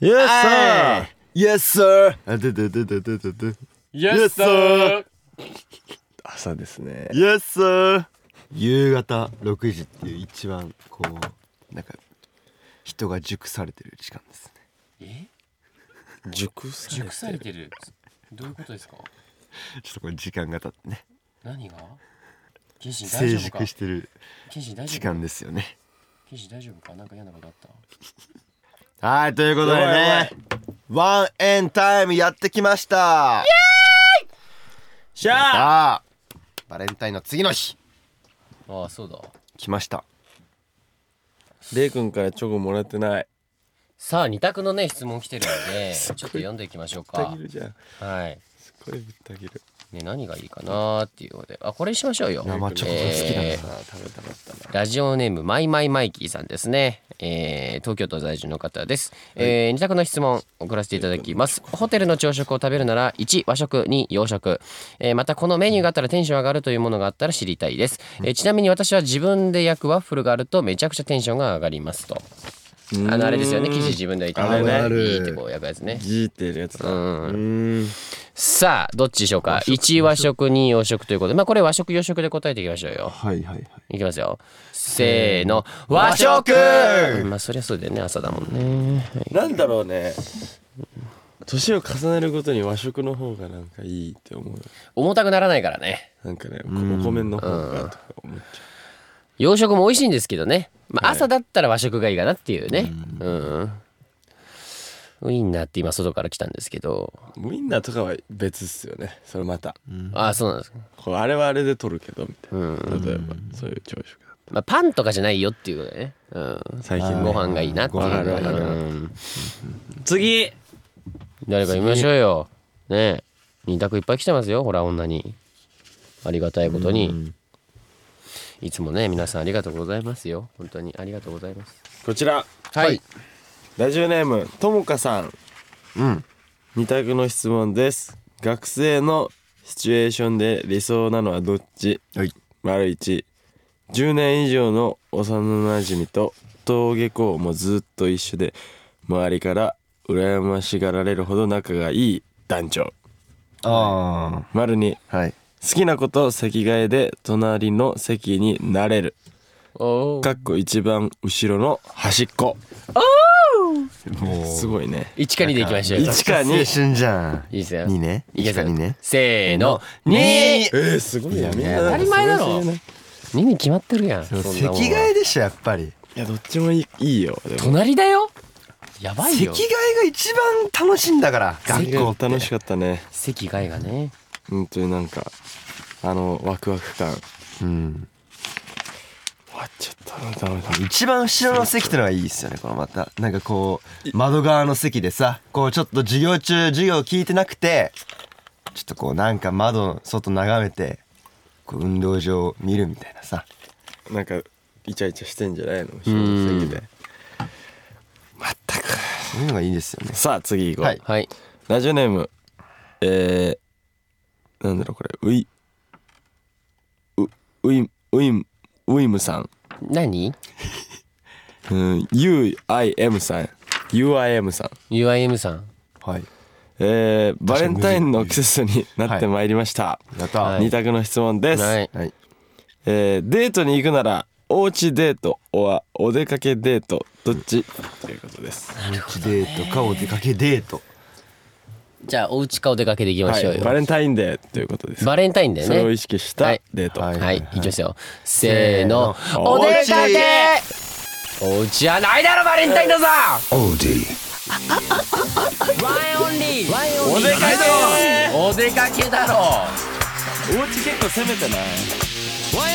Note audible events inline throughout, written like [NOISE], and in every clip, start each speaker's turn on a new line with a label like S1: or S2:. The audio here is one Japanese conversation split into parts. S1: Yes, sir!
S2: Hey.
S1: Yes, sir! あででででででで Yes, sir.
S2: 朝ですね
S1: Yes, sir! 夕方6時っていう一番こう、なんか、人が熟されてる時間ですね。
S3: え
S2: 熟されてる
S3: 熟されてるどういうことです
S1: ち
S3: か
S1: ょっとこれ時間が経ってね、
S3: 何がケンシン大
S1: 成
S3: 丈夫か
S1: 熟してる
S3: ケンシン大丈
S1: 時
S3: 夫か
S1: 間ですよね。
S3: ケンシン大丈夫かなんか嫌なことあった
S1: はい、ということで
S2: おいお
S1: ね
S2: い、
S1: ワンエンタイムやってきました
S2: しゃあ
S1: さあ、バレンタインの次の日、
S3: ああそうだ
S1: 来ました。
S2: レイ君からチョコもらってない
S3: さあ二択のね質問来てる
S1: [LAUGHS]
S3: のでち
S2: す
S3: ょ
S2: ご
S3: っ
S2: い
S3: と読んでいきましょう
S2: ぶった
S3: か
S2: 切るじゃん
S3: はい
S2: すっごいぶった切る
S3: ね何がいいかなーっていうことであこれにしましょうよ
S1: 生チョコが好きなんだ
S3: えー
S1: な
S2: あ食べたかったな
S3: ラジオネームマイマイマイキーさんですね、えー東京都在住の方です、えー二択の質問送らせていただきますホテルの朝食を食べるなら1和食2洋食、えーまたこのメニューがあったらテンション上がるというものがあったら知りたいです、えーちなみに私は自分で焼くワッフルがあるとめちゃくちゃテンションが上がりますとあのあれですよね生地自分で焼いて
S2: あるあ
S3: ね
S1: る
S3: いいってこう焼くやつね
S2: じーってやるやつだ
S3: うん
S2: うん
S3: さあどっちでしょうか1和食2洋食ということでまあこれ和食洋食で答えていきましょうよ
S1: はいはいはい。
S3: いきますよ。せーの、和食まあそりゃそうだよね、朝だもんね。
S2: なんだろうね年を重ねるごとに和食の方がなんかいいって思う
S3: 重たくならないからね。
S2: なんかねお米の方がとか思っちゃ
S3: 洋食も美味しいんですけどね。まあ朝だったら和食がいいかなっていうね。うん。ウインナーって今外から来たんですけど。
S2: うウインナーとかは別っすよねそれまた
S3: ああ、そうなんですか。
S2: こうあれはあれで取るけどみたいな例えばそういう朝食だっ
S3: まあパンとかじゃないよっていうことだよね。うん。
S2: 最近ね
S3: ご飯がいいなっていう。
S2: ご飯がいいな
S3: うん
S2: た次
S3: 誰か見ましょうよ。ねえ。二択いっぱい来てますよ、ほら、女に。ありがたいことに。いつもね、皆さんありがとうございますよ。本当にありがとうございます。
S2: こちら
S3: はい。
S2: ラジオネームともかさん
S1: うん。
S2: 二択の質問です学生のシチュエーションで理想なのはどっち
S1: はい。
S2: 丸一10年以上の幼なじみと登下校もずっと一緒で周りから羨ましがられるほど仲がいい団長
S1: あ
S2: 丸二
S1: あ。はい。
S2: 好きなことを席替えで隣の席になれる
S3: お
S2: かっこ一番後ろの端っこ
S1: もう
S2: すごいね
S3: 一か二でいきましょうよ。
S2: 一か二
S1: 青春じゃん。
S3: いいですよ。
S1: 二ね。
S3: いい
S1: 一
S3: です
S1: か
S3: よ
S1: 二ね。
S3: せーの。
S2: え
S3: 二
S2: ー、すごいやみんな
S1: 当た
S3: り前だろ
S2: なんかそれ知らない
S3: 二に決まってるやん。そ
S1: で
S3: ん
S1: も
S3: なもん
S1: 席替えでしょやっぱり。
S2: いやどっちもいいいいよでも
S3: 隣だよやばい
S1: 席替
S3: よ。
S1: えが一番楽しいんだから。学校って
S2: 楽しかったね
S3: 席替えがね。
S2: 本当になんかあのワクワク感
S1: うん。
S2: 終わっちゃったなダメだ
S1: 一番後ろの席ってのがいいですよね。このまたなんかこう窓側の席でさ、こうちょっと授業中授業聞いてなくて、ちょっとこうなんか窓の外眺めて、こう運動場を見るみたいなさ。
S2: なんかイチャイチャしてんじゃないの後ろの席でまったく
S1: そういうのがいいですよね。
S2: さあ次行こう、
S1: はい
S3: はい。
S2: ラジオネームえー、なんだろうこれウイウウイウイウイムさん
S3: 何
S2: うん UIM さん UIM さん
S3: ?UIM さん。
S1: はい。
S2: えー、バレンタインの季節になってまいりました、
S1: やった。
S3: は
S1: はいい。
S2: 二択の質問です、
S3: はい。
S2: えーデートに行くならおうちデートはお出かけデートどっちということです
S1: デートかお出かけデート。
S3: じゃあ、お家かお出かけでいきま
S2: は
S3: しょう
S2: い、バ
S3: よ。
S2: レンタインデーということです
S3: バレンタインだよ
S2: それを
S3: ね
S2: 意。識した
S3: はい
S2: デート、
S1: はい
S3: はい、いきますよ。せーの、お
S2: お
S3: 出
S1: 出
S3: か
S1: か
S3: け
S1: け
S3: おうちはないだろ、バレンタインだぞ
S1: オーディ。
S3: ワンオンリーお出かけお出かけだろ
S2: お家結構攻めてない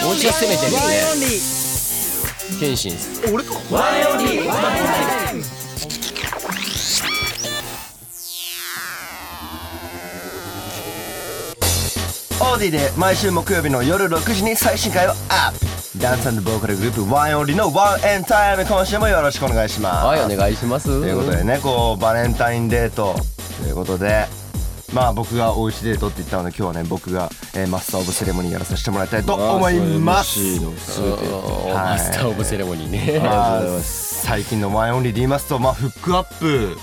S3: おうちは攻めてるよね。謙信俺かワンオンリー
S1: オーディで毎週木曜日の夜6時に最新回をアップダンスボーカルグループワンオンリーのワンエンタイム今週もよろしくお願いします
S3: はい、お願いします。
S1: ということでねこうバレンタインデートということでまあ僕がおうちデートって言ったので今日はね僕が、えーマスター・オブ・セレモニーやらさせてもらいたいと思います
S3: お
S1: はい
S3: マスターオブセレモニーね。
S1: まあ最近のワンオンリーで言いますとまあフックアップ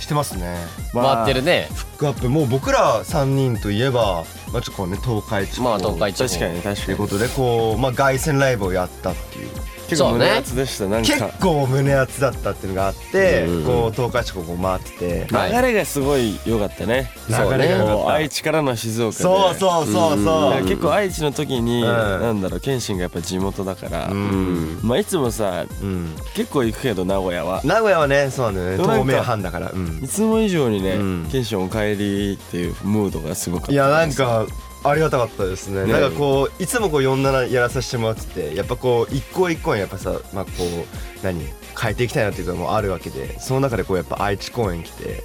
S1: してますね
S2: まあ
S3: 回ってるね
S1: フックアップもう僕ら3人といえば、まあ、ちょっとこうね東海地方
S3: まあ東海地方
S2: 確かに確
S1: と
S2: か
S1: いう
S2: に
S1: ことでこう、まあ、凱旋ライブをやったっていう
S2: 結構胸熱でしたなん
S1: 結
S2: か
S1: 構胸熱だったっていうのがあって、
S2: うん
S1: こう東海地方こう回ってて、
S3: はい
S2: 流れがすごい良かったね
S1: そうね
S2: 流れが良かった愛知からの静岡で
S1: そうそうそう
S2: だ
S1: そ
S2: から
S1: う
S2: 結構愛知の時に、
S1: うん
S2: なんだろう謙信がやっぱ地元だから、
S1: ん
S2: まあいつもさ
S1: うん
S2: 結構行くけど名古屋は
S1: 名古屋はねそうなんだよ
S2: で
S1: ね
S2: もなんか
S1: 透明半だから、うん
S2: いつも以上にね、
S1: うん
S2: 謙信お帰りっていうムードがすごかった
S1: いやなんかありがたかったですね
S2: ね
S1: なんかこういつもこう47やらさせてもらっててやっぱこう一個一個にやっぱさまあこう何変えていきたいなっていうのもあるわけでその中でこうやっぱ愛知公演来て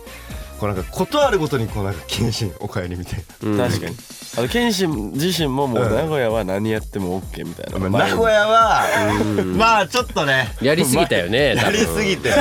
S1: こうなんかことあるごとにこうなんか謹慎お帰りみたい
S2: 確かにあの謙信自身ももう
S1: うん
S2: 名古屋は何やっても OK みたいな、
S1: な、まあ名古屋はまあちょっとね
S3: やりすぎたよね
S1: や
S3: 多
S1: り
S3: 分
S1: すぎて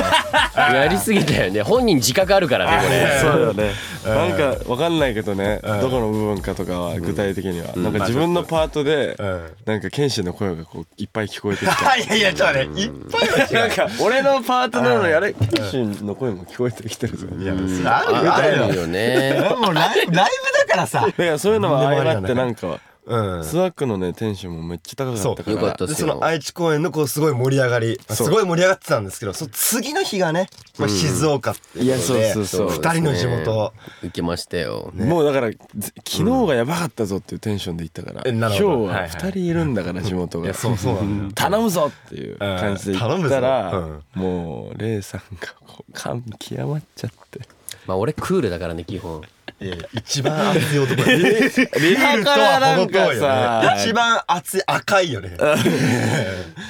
S3: やりすぎたよね本人自覚あるからねこれ
S2: [LAUGHS] そうよね、なんかわかんないけどね、どこの部分かとかは具体的には、なんか自分のパートで、
S1: うん [LAUGHS]
S2: なんか謙信の声がこういっぱい聞こえてきた
S1: いやいやちょっとねいっぱいは違う
S2: [LAUGHS] なんか俺のパートなのにあれ謙信の声も聞こえてきてるぞ
S1: い
S2: い
S1: や
S2: や
S1: それあるよ
S3: あ
S1: ある
S3: あ
S1: よ
S3: るよね
S1: もうライブライブだからさ
S2: だからそういうのは相まってなんか
S1: うん
S2: スワックのねテンションもめっちゃ高かったから
S3: よかったっ
S1: ですそ
S3: よ
S1: の愛知公演のこうすごい盛り上がりす
S2: そう
S1: ごい盛り上がってたんですけどその次の日がね、まあ、静岡って
S2: い
S1: いう
S2: や
S1: こと
S2: そう
S1: で
S2: そうそう
S1: 二人の地元
S3: 受けましたよ
S2: もうだからぜ昨日がやばかったぞっていうテンションで行ったから、
S1: え
S2: 今
S1: なる
S2: 日
S1: ほどはい
S2: は
S1: はい
S2: 2人いるんだから地元が、
S1: いやそうそうなんだ
S2: [LAUGHS] 頼むぞっていう感じで行った
S1: うん
S2: ら、
S1: 頼むぞ
S2: もうレイさんがこう感極まっちゃって
S3: まあ俺クールだからね
S1: [LAUGHS]
S3: 基本
S1: いやいや一番熱い男だよリ
S2: リハからなんかさ
S1: 一番熱い赤いよね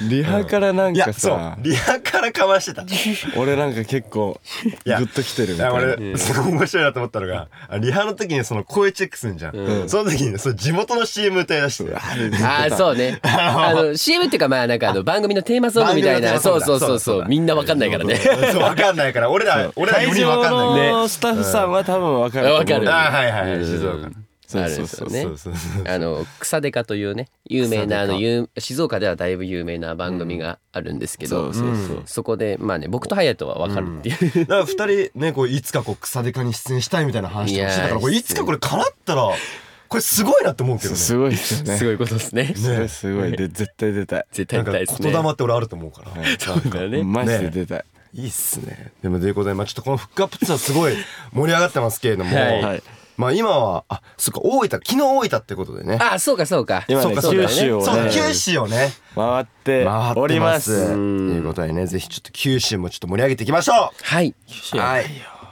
S2: リハからなん
S1: い
S2: か
S1: やそう
S2: さ
S1: リハからかまして
S2: [LAUGHS]
S1: た
S2: 俺なんか結構グ
S1: や
S2: ッときてるみ
S1: い
S2: た
S1: や
S2: い
S1: 俺すごい面白いなと思ったのがあリハの時にその声チェックすんじゃん、その時にその地元の CM 歌いだして [LAUGHS]
S3: ああそうねあの CM っていうかまあなんかあの番組のテーマソングみたいな
S1: 番組
S3: そ
S1: の
S3: う
S1: テーマ
S3: そ
S1: ソング
S3: う
S1: だ
S3: そ
S1: そう
S3: うそ
S1: だそう
S3: う
S1: だ
S3: みんなわかんないからね
S1: そうわかんないから俺ら俺ら
S2: な
S1: よ
S2: 会
S1: りわかんない
S2: 場
S1: ね
S2: のスタッフさんは多分わかると思う
S3: わかる
S1: あはいはいはい静岡の
S2: そう
S3: あるん
S2: そ
S3: で
S2: う
S3: す
S2: そ
S3: よ
S2: う
S3: ね
S1: そうそうそう
S3: あの草デカというね有名なあの有静岡ではだいぶ有名な番組があるんですけど、
S2: そうそうそう
S3: そこでまあね僕とハヤトはわかるっていう、
S1: だから二人ねこういつかこう草デカに出演したいみたいな話とかしてたか
S3: いや
S1: ら
S3: ー
S1: これいつかこれ叶ったらこれすごいなって思うけどね
S2: すごいですよね
S3: すごいことですね。
S2: それすごいで絶対出たい
S3: 絶
S1: な
S3: 対
S1: んか
S3: 痛いです
S1: 言
S3: ね。
S1: 霊って俺あると思うから
S3: そうだよね。
S2: マジで出たい
S1: いいっすねでもということでまあちょっとこのフックアップツアーすごい盛り上がってますけれども
S3: はい
S2: はい
S1: まあ今はあそっか大分昨日大分ってことでね
S3: あそうかそうか。
S2: 今
S1: そ
S2: ね
S1: うか
S3: そうだね
S2: 九州を
S1: そう
S2: ね
S1: 九州をね
S2: 回って
S1: 回って
S2: おりま
S1: と
S2: す
S1: いうことでねぜひちょっと九州もちょっと盛り上げていきましょう
S3: はい。
S1: はい。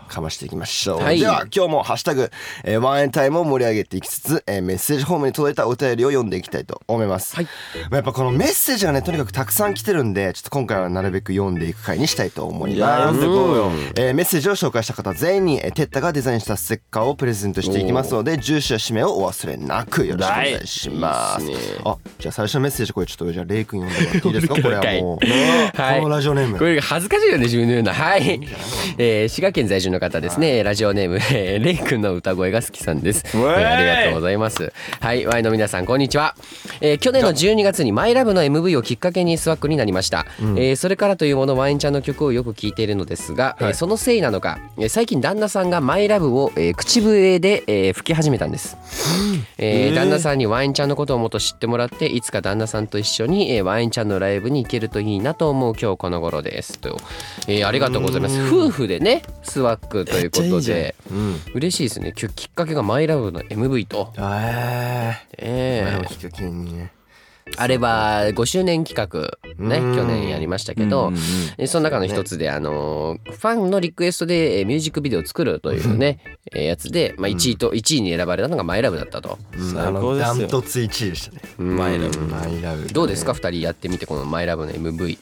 S1: かましていきましょう。
S3: はい
S1: では、今日もハッシュタグ、えーワンエンタイムを盛り上げていきつつ、えーメッセージホームに届いたお便りを読んでいきたいと思います。
S3: はい
S1: まあやっぱこのメッセージがね、とにかくたくさん来てるんで、ちょっと今回はなるべく読んでいく回にしたいと思い
S2: いや
S1: ま
S2: ー読
S1: す
S2: んで。こうよ
S1: えーメッセージを紹介した方全員に、えー、テッタがデザインしたステッカーをプレゼントしていきますので、住所や氏名をお忘れなくよろしくお願いします。
S3: はいいいっすね
S1: あ、じゃあ最初のメッセージ、これちょっと、じゃあ、レイ君読んでもらっていいです
S3: [LAUGHS]
S1: かこれはもう、
S3: はい
S1: このラジオネーム。
S3: これ恥ずかしいよね自分の言うのはい、えー、滋賀県在住の方ですねラジオネーム、 [LAUGHS] えー、レイ君の歌声が好きさんです、え
S2: うえい
S3: ー、ありがとうございますはいワイの皆さんこんにちは、えー、去年の12月にマイラブの MV をきっかけにスワックになりました、えーそれからというものワインちゃんの曲をよく聴いているのですが、えーそのせいなのかえー最近旦那さんがマイラブを、えー口笛で、えー吹き始めたんですえー旦那さんにワインちゃんのことをもっと知ってもらっていつか旦那さんと一緒に、えーワインちゃんのライブに行けるといいなと思う今日この頃ですと、えーありがとうございます夫婦でねスワックというこ
S2: め
S3: と
S2: っちゃい
S3: で嬉しいですねききっかけが「マイラブの MV と、
S1: えー
S3: えー
S1: きっかけにね
S3: あれば5周年企画ね
S1: うん
S3: 去年やりましたけど、えーその中の一つで、あのーファンのリクエストでえーミュージックビデオを作るというね、えーやつで、まあ、1位と1位に選ばれたのが「マイラブだったと。
S2: 最高です
S1: ダン
S2: よ
S1: トツ1位でしたね
S2: マイラブ
S1: マイラブ
S3: どうですか2人やってみてこの「マイラブの MV
S1: マイ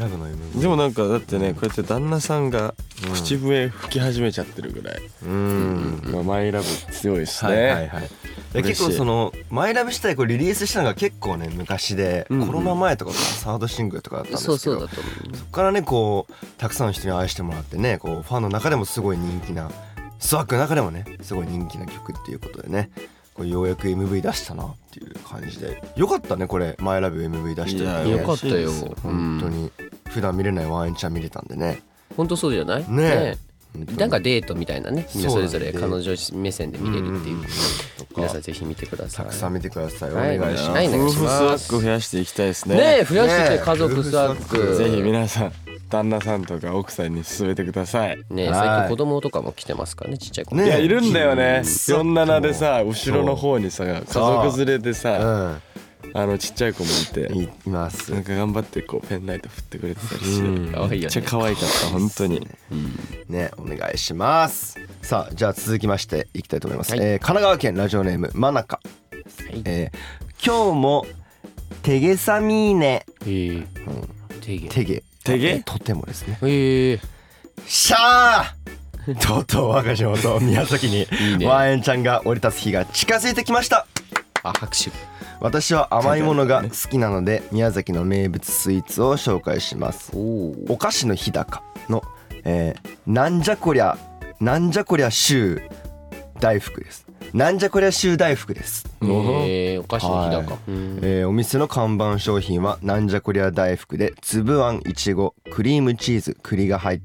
S1: ラブの MV
S2: でもなんかだってねこうやって旦那さんが口笛吹き始めちゃってるぐらい、
S1: うん
S2: まあ、マイラブ強いです
S1: はいはい
S2: ね、
S1: はい
S2: 嬉しい
S1: 結構そのマイラブ自体こうリリースしたのが結構ね昔でコ
S2: うんうん
S1: ロナ前とかかなサードシングルとかだったん」ですけ
S3: そう
S1: ど
S3: そう
S1: そ
S3: だ
S1: っ
S3: と思う
S1: からねこうたくさんの人に愛してもらってねこうファンの中でもすごい人気なスワックの中でもねすごい人気な曲っていうことでねこうようやく MV 出したなっていう感じでよかったねこれ「マイラブ MV 出して
S2: いや
S1: ね
S2: よ
S3: よかったよ
S2: 嬉しいです
S3: う
S1: 本当
S3: ん
S1: に普段見れないワンエンチャン見れたんでね
S3: 本当そうじゃない
S1: ねえ
S3: なんかデートみたいなねみんなそれぞれ
S1: そう
S3: 彼
S1: なん
S3: 女目線で見れるっていう、皆さんぜひ見てくださ
S1: た
S3: い
S1: くさん見てください。お
S3: はい
S1: 願いし
S3: は
S1: ま
S3: いお
S1: す。
S3: 願い
S2: 夫
S3: し
S2: 婦ス
S3: ま
S2: ワ
S3: す
S2: ッグ増やしていきたいですね
S3: ねえ増やしてて家
S1: ね
S3: 族
S1: え
S3: スワッグ
S2: ぜひ皆さん旦那さんとか奥さんに勧めてください、
S3: ねえ
S1: はい
S3: 最近子供とかも来てますからねちっちゃい子
S1: ね
S2: いや
S1: え
S2: いるんだよね
S1: そう
S2: 47でさ後ろの方にさ家族連れでさあのちっちゃい子もいて
S1: うん。いいます
S2: なんか頑張ってこうペンライト振ってくれてたりして
S3: ん可愛いよね
S2: めっちゃ可愛かった本当に
S1: ねお願いしますさあじゃあ続きましていきたいと思います、
S3: はい
S1: えー神奈川県ラジオネーム真中、
S3: い
S1: えー今日もテゲサミーネ
S3: へえ手芸
S1: テゲ
S2: 手芸
S1: えーとてもですね
S3: へえ
S1: シャーとうとう我が地元
S3: [LAUGHS]
S1: 宮崎に
S3: いいね
S1: ワンエンちゃんが降り立つ日が近づいてきました
S3: あ拍手
S1: 私は甘いものが好きなので宮崎の名物スイーツを紹介します
S3: お
S1: お菓子の日高の、えーなんじゃこりゃなんじゃこりゃシュー大福ですなんじゃこりゃシュー大福です、
S3: おへえお菓子の日だか、
S1: はい
S3: うん
S1: えーお店の看板商品はなんじゃこりゃ大福で粒あんいちごクリームチーズ栗が入っ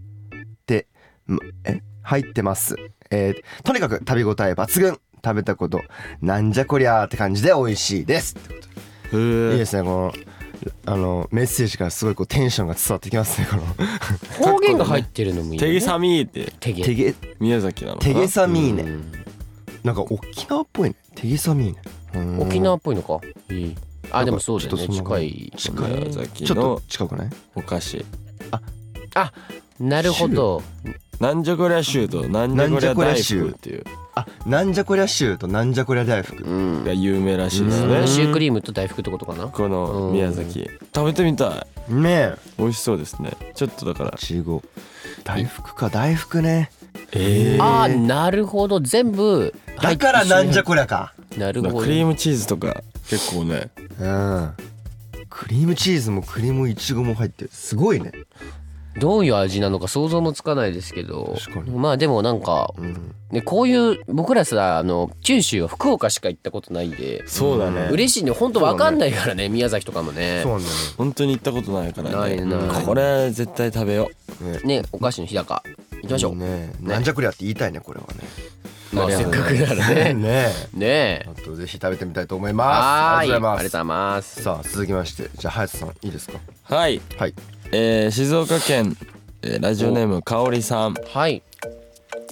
S1: てんえ入ってます、えーとにかく食べ応え抜群食べたことなんじゃこりゃーって感じで美味しいです
S2: へ
S1: いい
S2: ー
S1: ですねこのあのメッセージからすごいこうテンションが伝わってきますねこの
S3: 方言が入ってるのもいいね
S2: 手毛サミーって
S3: 手芸
S1: 手げ
S2: 宮崎なのか
S1: 手
S2: な
S1: げさみーね、
S3: うん
S1: なんか沖縄っぽいね。テゲサミーね。うん
S3: 沖縄っぽいのかあでもそうだよね
S1: なんかち
S3: 近い
S1: ょっとそんな
S2: 宮
S1: 近
S2: 崎
S1: ちょっ
S2: の
S1: と近くない？
S2: お菓子
S3: なるほど
S2: なんじゃこりゃシューとなんじゃこりゃ大福っていう
S1: あ、なんじゃこりゃシューとなんじゃこりゃ大福。
S3: うん
S2: が有名らしいです
S3: シューク
S2: ね
S3: リームと大福ってことかな
S2: この宮崎食べてみたい
S1: ねえ。
S2: 美味しそうですねちょっとだから
S1: いちご。大福か大福ね。
S2: え
S3: ああなるほど全部入
S1: だ
S3: っ
S1: からなんじゃこりゃか。
S3: なる
S2: ク
S3: ほど
S2: リームチーズとか結構ね
S1: うん。クリームチーズも栗もいちごも入ってる。すごいね。
S3: どういう味なのか想像もつかないですけど
S1: 確かに
S3: まあでもなんか
S1: うん。
S3: ねこういう僕らさあの九州は福岡しか行ったことないんで
S2: そうだね
S3: 嬉しいね本当わかんないからね宮崎とかもね
S1: そうね。
S2: 本当に行ったことないからね
S3: ないない
S2: これ絶対食べよ
S3: ねお菓子の日高行きましょう
S1: ねえ。なんじゃこりゃって言いたいねこれは
S3: まあせっかくなら
S1: ね。ね
S3: ねねえ
S1: え。あとぜひ食べてみたいと思います。
S3: はーいありがとう
S1: ありが
S3: ご
S1: とうござ
S3: ざ
S1: い
S3: います
S1: ます。さあ続きましてじゃあ林さんいいですか。
S2: うはい
S1: はい。
S2: えー静岡県えーラジオネームかおりさん
S3: はい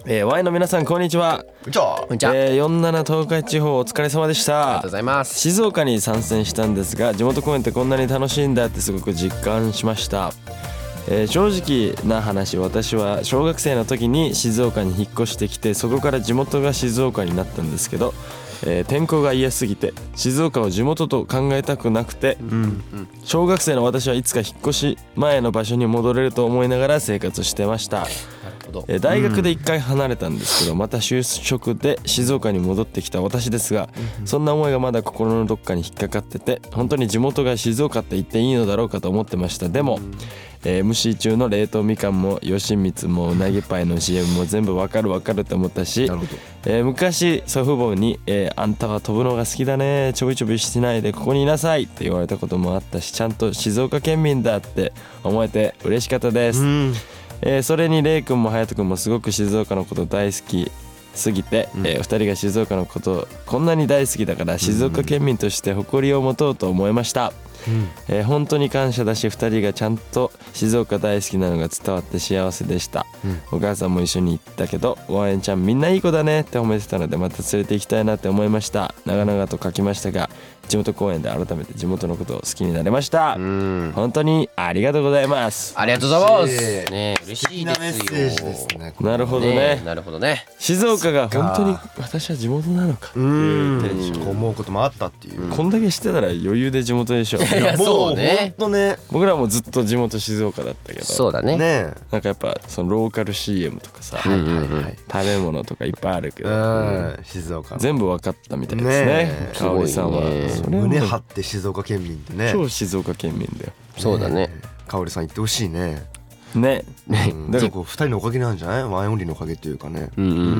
S2: えーワインの皆さんこんにちは
S1: じゃあ
S3: こんにちはあり
S2: えー47東海地方お疲れ様でし
S3: が
S2: た
S3: とうございます
S2: 静岡に参戦したんですが地元公演ってこんなに楽しいんだってすごく実感しました、えー正直な話私は小学生の時に静岡に引っ越してきてそこから地元が静岡になったんですけど、えー天候が嫌すぎて静岡を地元と考えたくなくて、小学生の私はいつか引っ越し前の場所に戻れると思いながら生活してました
S3: なるほど
S2: えー大学で1回離れたんですけどまた就職で静岡に戻ってきた私ですがそんな思いがまだ心のどっかに引っかかってて本当に地元が静岡って言っていいのだろうかと思ってましたでも、えー、MC 中の冷凍みかんも吉光もうなぎパイの CM も全部わかるわかると思ったし
S1: なるほど。
S2: えー昔祖父母に、えーあんたは飛ぶのが好きだねちょびちょびしないでここにいなさい」って言われたこともあったしちゃんと静岡県民だって思えて嬉しかったです、
S1: うん。
S2: えーそれにレイ君も隼人君もすごく静岡のこと大好きすぎて、えーお二人が静岡のことこんなに大好きだから静岡県民として誇りを持とうと思いました、えー本当に感謝だし二人がちゃんと静岡大好きなのが伝わって幸せでした、お母さんも一緒に行ったけどワンエンちゃんみんないい子だねって褒めてたのでまた連れて行きたいなって思いました長々と書きましたが地元公演で改めて地元のことを好きになれました、本当にありがとうございます
S3: ありがとうございま
S1: 嬉し
S3: す
S1: い
S3: ねえ嬉しい
S1: いなメッセー
S3: で
S1: ジ
S3: すよ
S1: ですね。
S2: なるほど
S3: ね
S2: ね
S3: えなるほどね
S2: 静岡が本当に私は地元なのかって
S1: う
S2: いうテンシ
S1: ん。こう思うこともあったっていう。
S2: ョンこんだけしてたら余裕で地元でしょ
S3: いやそうね
S1: 本当ね。
S2: 僕らもずっと地元静岡だったけど
S3: そうだね
S1: ね
S2: なんかやっぱそのローカル CM とかさ、
S1: え。はいはいはい。
S2: 食べ物とかいっぱいあるけど、
S1: うん。静岡の。
S2: 全部分かったみたいです
S1: ね
S2: ね
S1: え
S2: 香織さんは、
S3: すごいね
S2: それはもう
S1: 胸張って静岡県民でね。
S2: 超静岡県民だよ
S3: そうだね
S1: 香織さん言ってほしいね。
S2: ね
S1: うん
S2: だ
S1: で
S2: か
S1: もこう二人のおかげなんじゃない？ワインオンリーのおかげというかね。
S3: うんうんうんう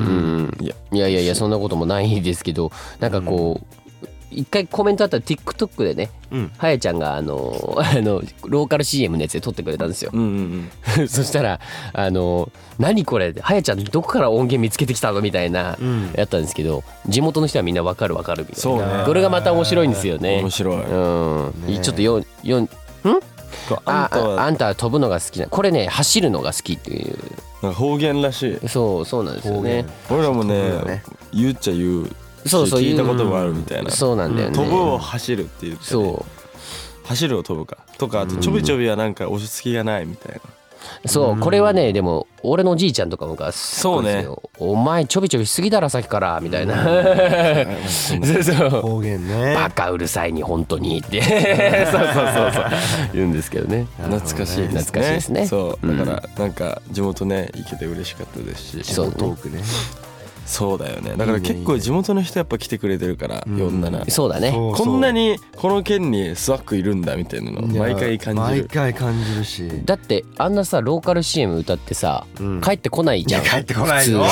S3: ん
S2: いや
S3: いやいやいやそんなこともないですけどなんかこう、一回コメントあったら TikTok でね、
S1: うん
S3: はやちゃんがあの [LAUGHS] ーあのローカル CM のやつで撮ってくれたんですよ
S2: うんうん
S3: そしたら「あのー何これはやちゃんどこから音源見つけてきたの?」みたいな、
S1: ん
S3: やったんですけど地元の人はみんなわかるわかるみたい
S2: そう
S3: な、
S2: ね
S3: これがまた面白いんですよ
S2: うん
S3: ね
S2: 面白い
S3: うん、
S1: ねえ
S3: ちょっとよよん
S2: こう
S3: あ
S2: あんた
S3: あ
S2: は
S3: あんたは飛ぶのが好きなこれね走るのが好きっていう
S2: なんか方言らしい
S3: そうそうなんですよね
S2: 俺らもね
S1: そうだね
S2: 言っちゃ言うし
S3: そうそう
S2: 聞いたこともあるみたいな
S3: そうなんだよね、
S2: 飛ぶを走るって言ってね
S3: そ
S2: 走るを飛ぶかとかあとちょびちょびはなんか押し付けがないみたいな
S3: うそうこれはねでも俺のおじいちゃんとかもがそうですよお前ちょびちょびしすぎだろさっきからみたいな、 [LAUGHS] そうそう
S1: 方言ね
S3: バカうるさいに本当にってそうそうそうそう言うんですけどね
S2: 懐かしいですね
S3: 懐かしいですね
S2: そうだからなんか地元ね行けて嬉しかったですし
S3: そう
S1: トークね
S2: そうだよねだから結構地元の人やっぱ来てくれてるから呼んだな
S3: そうだね
S1: そう
S2: こんなにこの県にスワックいるんだみたいなのを
S1: いや
S2: 毎回感じ
S1: 毎
S2: る
S1: 回感じるし
S3: だってあんなさローカル CM 歌ってさ、
S1: ん
S3: 帰ってこないじゃん
S1: 帰ってこないよ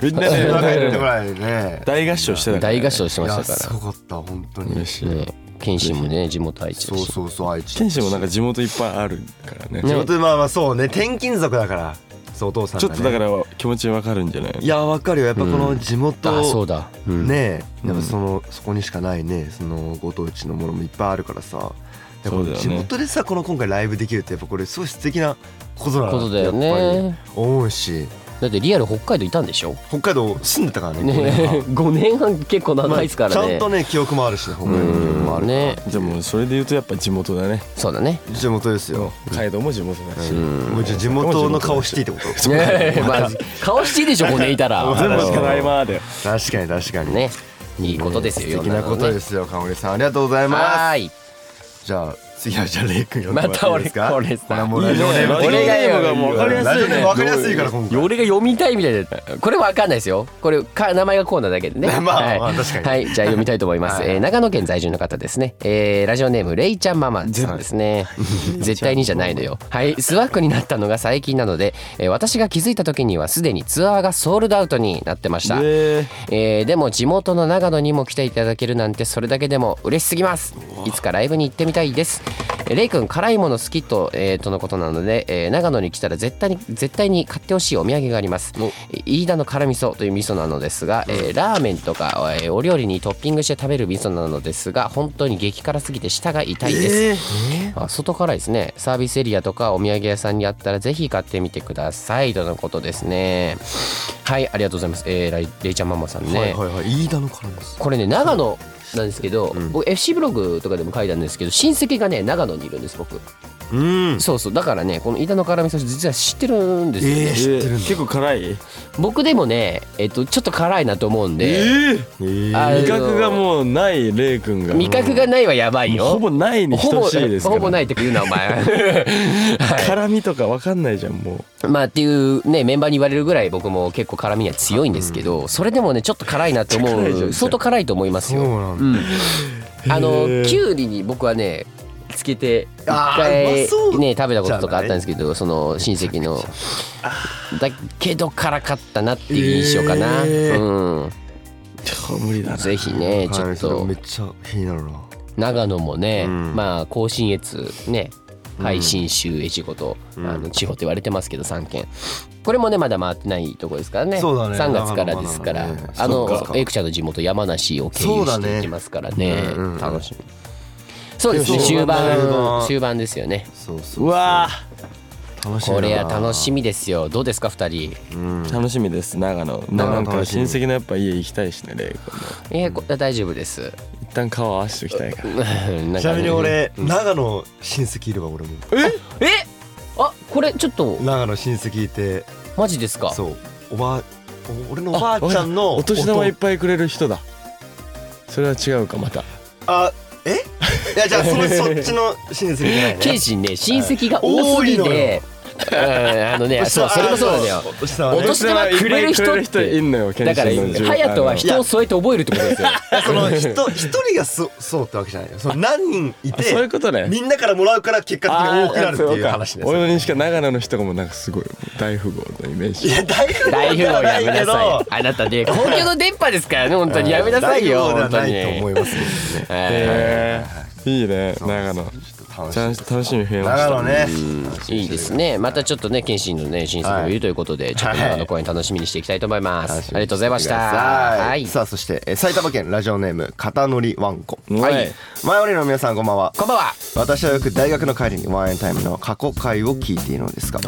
S3: 普
S2: みんな
S1: 帰
S2: で
S1: って [LAUGHS] こないね
S2: 大合唱して
S3: 通は
S2: たからね
S3: 大合唱して
S1: い
S3: ま
S1: や
S3: した
S1: す
S3: か
S1: ごかった本当に
S2: 嬉しい
S3: ら、ね、謙信もね地元愛知だ
S1: そう
S3: し
S1: そうそう愛知
S2: 剣士もなんか地元いっぱいあるからね
S1: 地元まあまあそうね転勤族だからそうお父さん
S2: ち
S1: が
S2: ょっ
S1: ね
S2: とだから気持ちわかるんじゃない
S1: いやわかるよやっぱこの地元
S3: あそうだ、うん
S1: ねやっぱそのそこにしかないねそのご当地のものもいっぱいあるからさで
S2: そうだよね
S1: 地元でさこの今回ライブできるってやっぱこれすごい素敵なことだな
S3: ことだよね
S1: やっぱり思うし
S3: だってリアル北海道いたんでしょ
S1: 北海道住んでたからね
S3: ね
S1: 五年半
S3: [LAUGHS] 5年半結構長いですからね、
S1: まあちゃんとね記憶もあるしね北海道の記憶もあるから
S3: ね
S2: じゃあもうそれで言うとやっぱ地元だね
S3: そうだね
S1: 地元ですよ
S2: 街道も地元だし
S1: もうじゃあ地元の顔していいって
S3: [LAUGHS]
S1: こと確 [LAUGHS]
S3: まあ顔していいでしょ5年いたら
S2: 全部ただいまで
S1: かに確かに
S3: ねいいことです
S1: 素
S3: よ
S1: 敵なことですすよかおりさんありがとうございま
S3: は
S1: す
S3: ーい
S1: じゃあ次はじゃあレイ君呼んで
S3: ま
S1: も
S3: た
S1: らっていい
S3: 俺
S1: ですかこれは
S3: これさ
S1: もうラジオネーム
S3: いいね俺が
S2: ムがもう分かりや
S1: ラジ
S2: す
S1: オ
S2: い
S1: ネー
S2: ね
S1: ム分かりやすいから今回
S3: 俺が読みたいみたいなこれわかんないですよこれか名前がこうなだけでね
S1: [LAUGHS] まあ
S3: はい
S1: まあ確かに
S3: はいじゃあ読みたいと思いま
S1: [LAUGHS]
S3: す、
S1: はい
S3: えー長野県在住の方ですね、えーラジオネームレイちゃんママさんですね絶対にじゃないのよはいスワックになったのが最近なので、えー私が気づいた時にはすでにツアーがソールドアウトになってました、
S2: え
S3: えーでも地元の長野にも来ていただけるなんてそれだけでも嬉しすぎますいつかライブに行ってみたいですえーレイくん辛いもの好きと,、えーとのことなので、えー長野に来たら絶対に絶対に買ってほしいお土産がありますえー飯田の辛味噌という味噌なのですが、えーラーメンとか、えーお料理にトッピングして食べる味噌なのですが本当に激辛すぎて舌が痛いです、あ外からですねサービスエリアとかお土産屋さんにあったらぜひ買ってみてくださいとのことですねはいありがとうございます、えー、レイレイちゃんママさんね、
S1: はいはいはい飯田の絡みです
S3: これね長野なんですけど、僕 FC ブログとかでも書いたんですけど親戚がね長野にいるんです僕
S1: うん
S3: そうそうだからねこの板の辛味噌実は知ってるんですよ、
S1: え
S2: ー
S1: ー知ってるんだ
S2: 結構辛い
S3: 僕でもねえっとちょっと辛いなと思うんで、
S2: え
S1: え
S3: あ
S1: ー
S3: の
S2: 味覚がもうないレイ君が
S3: 味覚がないはやばいよ
S2: ほぼないに
S3: ほぼ
S2: 等しいですから
S3: ほぼないって言うなお前
S2: 辛みとかわかんないじゃんも
S3: まあっていうねメンバーに言われるぐらい僕も結構辛みには強いんですけど、それでもねちょっと辛いなと思
S2: 辛いじゃ
S3: うん相当辛いと思います
S1: そう
S3: よ
S1: なんだ
S3: あの
S2: へー
S3: きゅうりに僕はねつけて一
S1: あーう
S3: 回
S1: まそう
S3: ね食べたこととかあったんですけどその親戚のだけど辛かったなっていう印象かな、
S2: へー
S3: うん
S2: うちょっと無理だな
S3: ぜひねちょ
S1: はい
S3: っ
S1: それ
S3: と
S1: めっちゃ気になるな
S3: 長野もね、
S1: うん
S3: まあ甲信越ね海信州越後と、あの地方って言われてますけど3県これもねまだ回ってないとこですからね
S1: そうだね
S3: 3月からですか
S1: 長
S3: ら、
S1: 野まだね
S3: あ
S1: そっ
S3: の
S1: か
S3: エイクちゃんの地元山梨を経由していきますからね
S1: そうだねうんうん
S3: 楽しみそうです
S1: そ
S3: ね
S1: う
S3: 終
S1: 終
S3: 盤
S1: 盤
S3: 終盤ですよね
S1: そうそう
S2: うわ
S1: 楽しみ
S3: こ
S1: だな
S3: れは楽しみですよどうですか2人
S1: うん
S2: ー楽しみです長野な
S1: 長
S2: ん
S1: 野
S2: か
S1: 楽し
S2: 親
S1: み
S2: 戚のやっぱ家行きたいしねレイ君も
S3: えーこ大丈夫です
S2: [LAUGHS]
S1: [LAUGHS]
S2: 一旦顔合わせておきたいから
S3: なんかね
S1: ちなみに俺長野親戚いるわ俺も
S3: えあこれちょっと
S1: 長野親戚いて
S3: マジですか
S1: そうおばあお俺のおばあちゃんの
S2: お年玉いっ
S1: 弟
S2: ぱいくれる人だそれは違うかまた
S1: あえいやじゃあそれそっちの親戚じゃないね
S3: 謙信ね親戚が多す
S1: 多
S3: ぎ
S1: いの
S3: て
S1: よ
S3: うんあ
S1: [LAUGHS]
S3: のねそうそれもそうなんだよ
S1: お下は
S3: お
S1: ね
S3: 年玉くれる人って
S2: くれる人いんのよ
S3: だから
S2: 健信の
S3: 隼人は人を添えて覚えるってことですよ
S1: その人一人がそそうってわけじゃないよその何人いて
S2: あそういうことね
S1: みんなからもらうから結果的に多くなるっていう話です
S2: 俺の認識は長野の人がもうなんかすごい大富豪のイメー
S1: い
S2: ジ
S1: や大富豪
S3: 大富
S1: で
S3: 豪
S1: はな [LAUGHS]
S3: や
S1: い
S3: め
S1: け
S3: なさい
S1: ど
S3: あなたね公共の電波ですからね本当にやめなさいよ
S1: 大富豪
S3: 本
S1: で
S3: 当
S1: はな
S3: に
S1: いと思いますけどね
S3: え
S2: へえいいね長野
S1: ちょっと楽し
S2: ちゃ
S1: み
S2: ん楽しみ増えました
S1: 長野ね
S3: ーいいですねまたちょっとね謙信のね新作もいるということでちょっと長野公演楽しみにしていきたいと思いま
S1: 楽
S3: す
S1: しみにしてください
S3: ありがとうございました
S1: は
S3: はいい
S1: さあそしてえー埼玉県ラジオネーム片乗りわんこ
S2: はい
S1: 前折りの皆さんこんばんは
S3: こんばんは
S1: 私はよく大学の帰りにワンエンタイムの過去回を聞いているのですが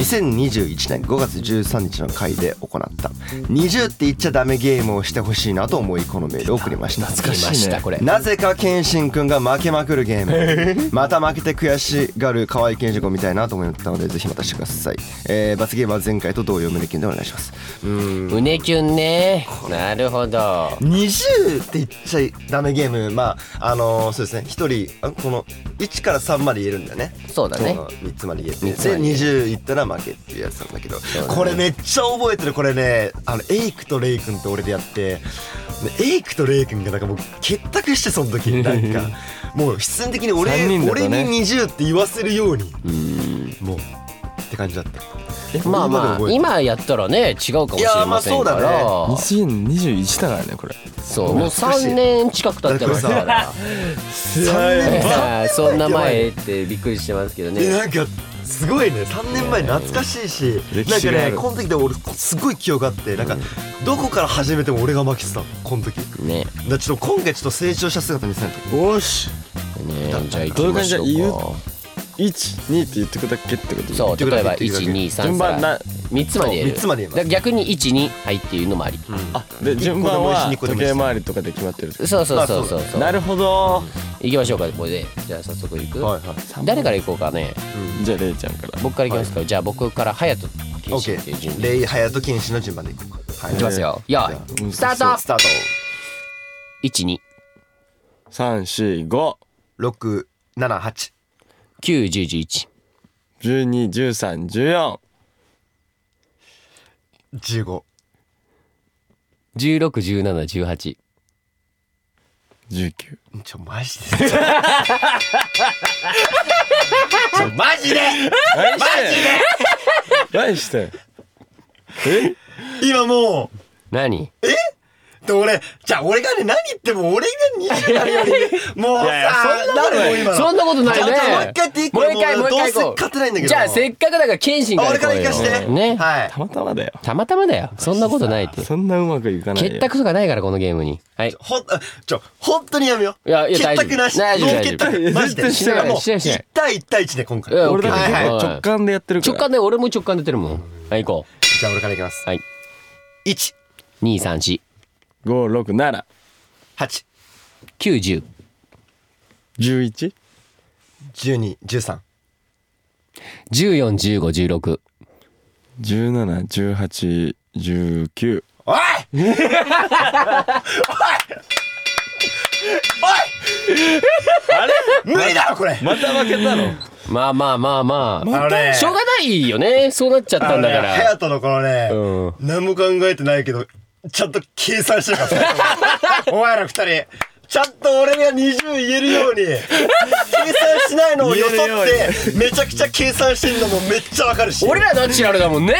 S1: 2021年5月13日の回で行った20って言っちゃダメゲームをしてほしいなと思いこのメールを送りました
S3: 来ましたこれ
S1: なぜか謙信くんが負けまくるゲームまた負けて悔しがる河合健二君みたいなと思ったのでぜひまたしてください、えー、罰ゲームは前回と同様胸キュンでお願いしますうーん
S3: 胸キュンねなるほど
S1: 20って言っちゃダメゲームまああのーそうですね1人あこの1から3まで言えるんだよね
S3: そうだね
S1: 3つまで言えてで
S3: 三つまで言え
S1: 20いったら負けっていうやつなんだけどこれめっちゃ覚えてるこれねあのエイクとレイ君と俺でやってでエイクとレイ君がなんかもう結託してその
S2: [LAUGHS]
S1: 時なんかもう必然的に俺,、
S2: 三人だと
S1: 俺
S2: ね
S1: に20って言わせるようにもうって感じだった
S3: まあまあ今やったらね違うかもしれませんか
S1: いやまあそ
S3: ら
S2: 2021だからねこれ
S3: そうもう3年近く経ってますか
S1: だから
S3: ら
S1: 3年前
S3: あー [LAUGHS] そんな前ってびっくりしてますけど
S1: え
S3: ね
S1: なんかすごいね3年前懐かしいし、
S2: 歴
S1: なん
S2: 史
S1: か
S2: がある
S1: ねこの時で俺すごい記憶あってなんかどこから始めても俺が負けてたのこの時だか
S3: ね
S1: らちょっと今回ちょっと成長した姿見せないと
S2: おし
S3: ねじゃあ行
S2: どう
S3: き
S2: いう感
S3: ま
S2: じ
S3: し
S2: だ
S3: ょ
S2: 言う
S3: うか
S2: 12って言ってくだけってこと
S3: そ
S1: 言
S3: う
S1: ってく
S3: 例え
S1: ださ
S3: ば
S1: い言ってください
S2: 順番な
S3: 1233三つまで言える
S1: そう三つまで言えます
S3: だから逆に12はいっていうのもあり
S2: あで順番
S1: 一個でもいいし二個でもいい
S2: は時
S1: し
S2: 計回りとかで決まってる
S3: そうそうそう
S1: そ
S3: そううそう
S2: なるほど
S3: 行きましょうかこれでじゃあ早速行く
S1: はいはい
S3: 誰から行こうかね
S2: じゃあレイちゃんから
S3: 僕から行きますかじゃあ僕から隼人
S1: オッケ
S3: 謙信っていう順
S1: ー
S3: で
S1: レイ隼人禁止の順番でいこうかはい
S3: 行きますよよ
S1: じ
S3: いスター
S1: ス
S3: ト
S1: タート
S3: 12
S2: 345
S1: 6 7 8
S3: 9 1 0 1 1
S2: 12 13 14
S1: 1 5
S3: 1 6 1 7 1 8
S2: 19
S1: ちょマジでちょマジで
S2: 何して何して
S1: [LAUGHS]
S2: んえ
S1: 今もう
S3: 何
S1: で俺じゃあ俺がね何言っても俺が20になるよりねもうさ
S2: いやいやそんなことない
S1: るも今の
S3: そんなことないね
S1: じゃあじゃあもう一回やっていい
S3: もう一回
S1: もう
S3: もう一回
S1: どうせ
S3: 行こう
S1: 勝てないんだけど
S3: じゃあせっかくだから謙信
S1: あ
S3: から
S1: 俺
S3: 行こ
S1: から行
S3: う
S1: かして
S3: よね
S1: はい
S2: たまたまだよ
S3: たまたまだよそんなことないって
S2: そんなうまくいかないよ
S3: 結託とかないからこのゲームにはい
S1: ほんあちょ本当にやめよう
S3: いやいや
S1: 結託なし
S3: 大丈
S1: ノ
S3: 夫
S1: ー結託
S2: 大丈夫
S1: マジ
S2: 全然
S1: で
S2: してない
S1: だからもう
S3: してないしてない
S1: 1対1対1で今回
S3: うん
S2: 俺だって
S1: はい
S2: 結
S1: はい
S2: 構直感でやってるから
S3: 直感で俺も直感出てるもんはい行こ
S1: じゃあ俺からいきます
S3: うはい
S1: 1
S3: 234
S2: 567
S1: 8
S3: 9 1 0
S2: 11
S1: 12 13
S3: 1 4 1 5 1 6
S2: 17 18 19
S1: おいおいおいあれ無理だろこれ
S2: また負けたの
S3: まあまあまあまあ
S1: あのね
S3: しょうがないよねそうなっちゃった
S1: あ
S3: ん
S1: の
S3: だ
S1: ね
S3: から
S1: 隼人のこのね、何も考えてないけどちゃんと計算してなかったお前ら二人ちゃんと俺が20言えるように計算しないのをよそ
S2: 言えるよ
S1: ってめちゃくちゃ計算してんのもめっちゃわかるし
S3: 俺らナチュラルだもんね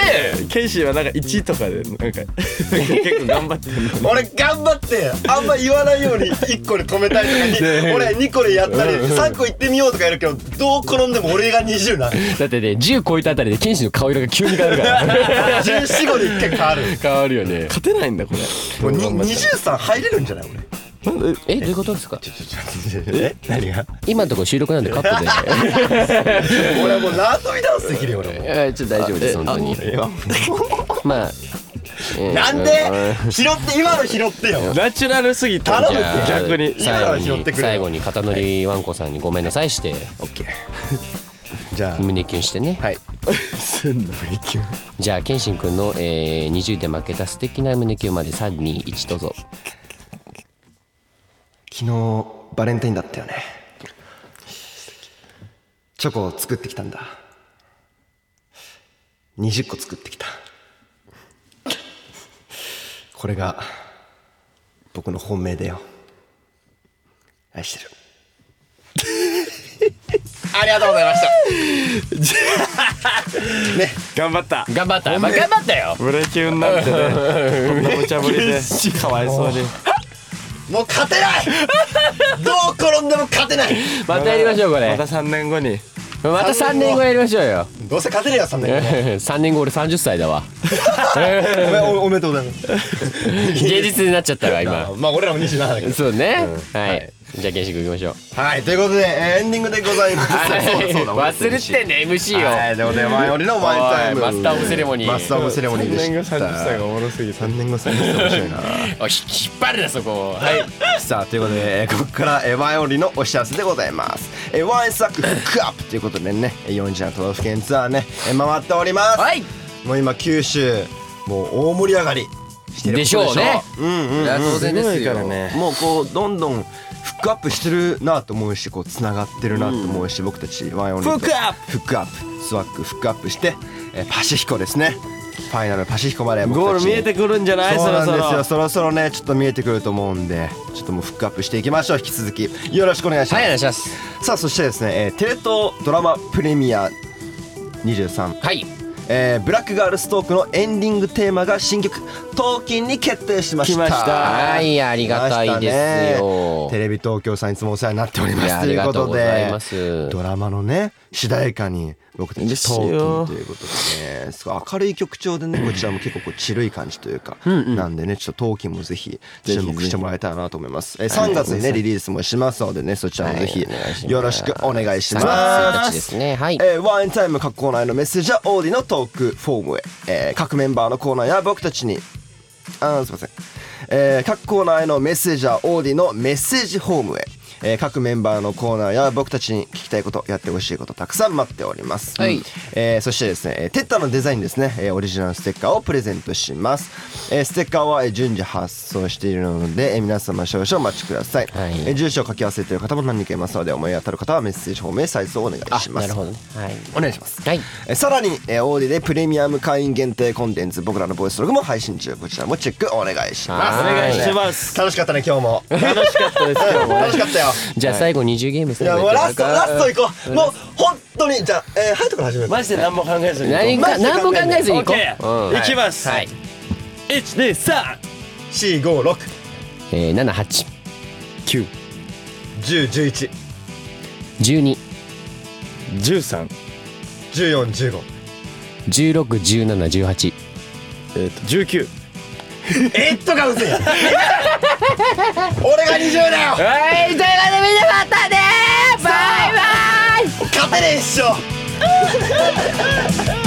S2: ケイシーはなんか1とかでなんか結構頑張ってる
S1: 俺頑張ってあんま言わないように1個で止めたりと [LAUGHS] かに俺2個でやったり3個いってみようとかやるけどどう転んでも俺が20な
S3: だってね10超えたあたりで剣士の顔色が急に変わるか
S1: [LAUGHS]
S3: ら
S1: 1415で1回変わる
S3: 変わるよね
S2: 勝てないんだこれ
S1: もうに23入れるんじゃない俺 [LAUGHS]
S3: えどういうことですか
S1: え何が
S3: 今のところ収録なんでカッ [LAUGHS] トで
S1: 俺はもう縄跳びダンスできるよ俺も
S3: えちょっと大丈夫です本当に [LAUGHS] まあえー
S1: なんで拾って今の拾ってよ
S2: ナチュラルすぎた
S1: 頼む
S3: じゃあ
S2: 逆に
S1: 今のは拾ってくれよ
S3: 最後に片乗りわんこさんにごめんなさいして
S1: オッケーじゃ
S3: 胸キュンしてね
S1: あはい
S2: すんのいきま
S3: じゃあ謙信君の、えー、20で負けた素敵な胸キュンまで321どうぞ
S1: 昨日バレンタインだったよねチョコを作ってきたんだ20個作ってきたこれが僕の本命だよ愛してる
S3: ありがとうございました
S2: 頑張った
S3: 頑張った、まあ、頑張ったよ
S2: ブレキュンなんてねこんな無茶ぶりで [LAUGHS] かわいそうに
S1: もう勝てないどう転んでも勝てない
S3: またやりましょうこれ
S2: また3年後に
S3: また3年後やりましょう [LAUGHS] よ
S1: どうせ勝てねえよそんなに
S3: 3年後俺30歳だわ
S1: おめでとうございます
S3: 芸術になっちゃったわ [LAUGHS] 今
S1: まあ俺らも27だけど
S3: そうね、はいじゃあ原始君いきましょう
S1: はいということでエンディングでございますそうそうだ
S3: [LAUGHS] 忘れてんね MC を、
S1: はいということで前よりのマイタイム
S3: おいマスターオブセレモニー
S1: マスターオブセレモニーでした
S2: がおもろすぎ
S1: 3年後30歳面白いな
S3: おいひ引っ張るなそこはい
S1: [LAUGHS] さあということで、えーここから、えーワインオンリーのお知らせでございます、えーワインサックフックアップということでねえー47都道府県ツアーね、えー回っております、
S3: はい
S1: もう今九州もう大盛り上がりしてること
S3: でしょうね
S1: うんうん、
S3: いや当然です
S2: すご
S3: よ
S2: いからね
S1: もうこうどんどんフックアップしてるなと思うしこうつながってるなと思うし、僕たちワインオンリーと
S2: フックアッ
S1: フックアップスワックフックアップして、えーパシフィコですねファイナルパシフィコまで僕たち
S2: ゴール見えてくるんじゃない
S1: そ
S2: そう
S1: な
S2: ろ
S1: ん
S2: そ
S1: ですよ
S2: ろ
S1: そろそろねちょっと見えてくると思うんでちょっともうフックアップしていきましょう引き続きよろしくお願いします、
S3: はいお願いします
S1: さあそしてですね、えーテレ東ドラマプレミア23、
S3: はい
S1: えーブラックガールストークのエンディングテーマが新曲「トーキン」に決定しました
S2: 来ました
S3: はいありがたいですよ
S1: テレビ東京さんいつもお世話になっておりま
S3: いや
S1: す
S3: あ
S1: と
S3: り
S1: いう
S3: が
S1: ことと
S3: うござい
S1: で
S3: ます
S1: ドラマのね主題歌に僕たち
S2: です
S1: トー
S2: よ
S1: キンということでねすごい明るい曲調でねこちらも結構こうチルい感じというかなんでねちょっとトーキンもぜひ注目してもらえたらなと思いますえ3月にねリリースもしますのでねそちらもぜひよろしくお願いし
S3: 3月
S1: ま
S3: 1日
S1: す
S3: ですねはい
S1: えーワインタイム各コーナーへのメッセージはオーディのトークフォームへ、えー各メンバーのコーナーや僕たちにあーすいません、えー各コーナーへのメッセージはオーディのメッセージフォームへ、えー各メンバーのコーナーや僕たちに聞きたいことやってほしいことたくさん待っております、
S3: はい
S1: えーそしてですね、えーテッタのデザインですね、えーオリジナルステッカーをプレゼントします、えーステッカーはえー順次発送しているので、えー皆様少々お待ちください、
S3: はい
S1: えー住所を書き忘れている方も何人かいますので思い当たる方はメッセージフォームへサイズをお願い
S3: あ
S1: しま
S3: な
S1: す
S3: るほどねはい
S1: お願いします、
S3: はい
S1: えさらに、えーオーディでプレミアム会員限定コンテンツ僕らのボイスログも配信中こちらもチェックお願いします
S3: お願い
S2: します
S1: 楽しかったね今日も楽
S2: 楽しかったですよ
S1: しかったよ
S3: じゃあ最後20ゲームす
S1: い
S3: れ
S1: や
S3: ばいい
S1: もうラストラスト
S3: い
S1: 行こうもう本当にじゃあえーハヤトから始める
S2: マジで何も考えずに
S3: 何
S1: マ
S3: か
S1: ジで
S3: 何も考えずに
S2: オ
S3: い
S2: ッ
S3: こ
S2: ケ
S3: う、
S2: ーいきます
S3: はい
S2: 123
S1: 456
S3: えー、7 8 9
S1: 1 0 1 1
S3: 1 2
S2: 13
S1: 1 4 1 5
S3: 1 6 1 7 1 8
S2: えっと19
S1: えっとがうせえ俺が20だよ
S3: はいということでみんなまたねバイバイ
S1: 勝てねえっしょ